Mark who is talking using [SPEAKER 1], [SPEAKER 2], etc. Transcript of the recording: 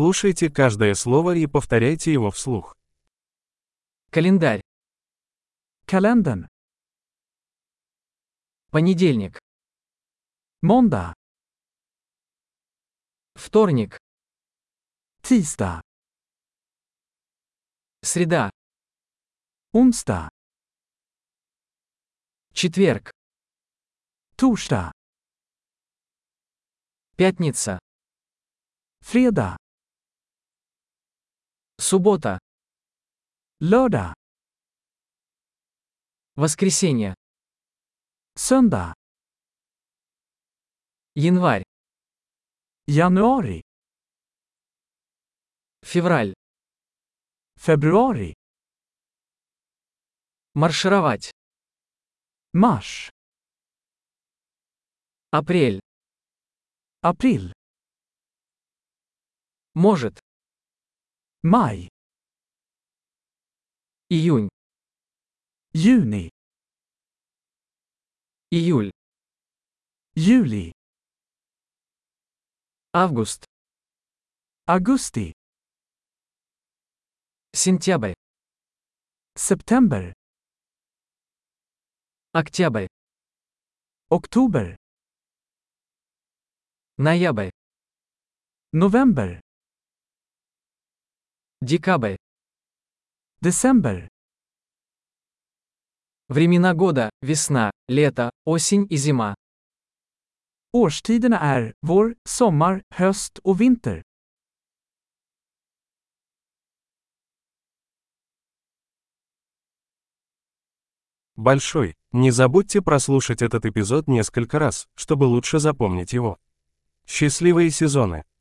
[SPEAKER 1] Слушайте каждое слово и повторяйте его вслух.
[SPEAKER 2] Календарь.
[SPEAKER 1] Kalendern.
[SPEAKER 2] Понедельник.
[SPEAKER 1] Måndag.
[SPEAKER 2] Вторник.
[SPEAKER 1] Tisdag.
[SPEAKER 2] Среда.
[SPEAKER 1] Onsdag.
[SPEAKER 2] Четверг.
[SPEAKER 1] Torsdag.
[SPEAKER 2] Пятница.
[SPEAKER 1] Fredag.
[SPEAKER 2] Суббота.
[SPEAKER 1] Lördag.
[SPEAKER 2] Воскресенье.
[SPEAKER 1] Söndag.
[SPEAKER 2] Январь.
[SPEAKER 1] Januari.
[SPEAKER 2] Февраль.
[SPEAKER 1] Februari.
[SPEAKER 2] Маршировать.
[SPEAKER 1] Mars.
[SPEAKER 2] Апрель.
[SPEAKER 1] April.
[SPEAKER 2] Может.
[SPEAKER 1] Maj.
[SPEAKER 2] Июнь.
[SPEAKER 1] Juni.
[SPEAKER 2] Июль.
[SPEAKER 1] Juli.
[SPEAKER 2] Август.
[SPEAKER 1] Augusti.
[SPEAKER 2] Сентябрь.
[SPEAKER 1] September.
[SPEAKER 2] Октябрь.
[SPEAKER 1] Oktober.
[SPEAKER 2] Ноябрь.
[SPEAKER 1] November.
[SPEAKER 2] Декабрь.
[SPEAKER 1] December.
[SPEAKER 2] Времена года. Весна, лето, осень и зима.
[SPEAKER 1] Årstiderna är vår, sommar, höst och vinter. Большой. Не забудьте прослушать этот эпизод несколько раз, чтобы лучше запомнить его. Счастливые сезоны!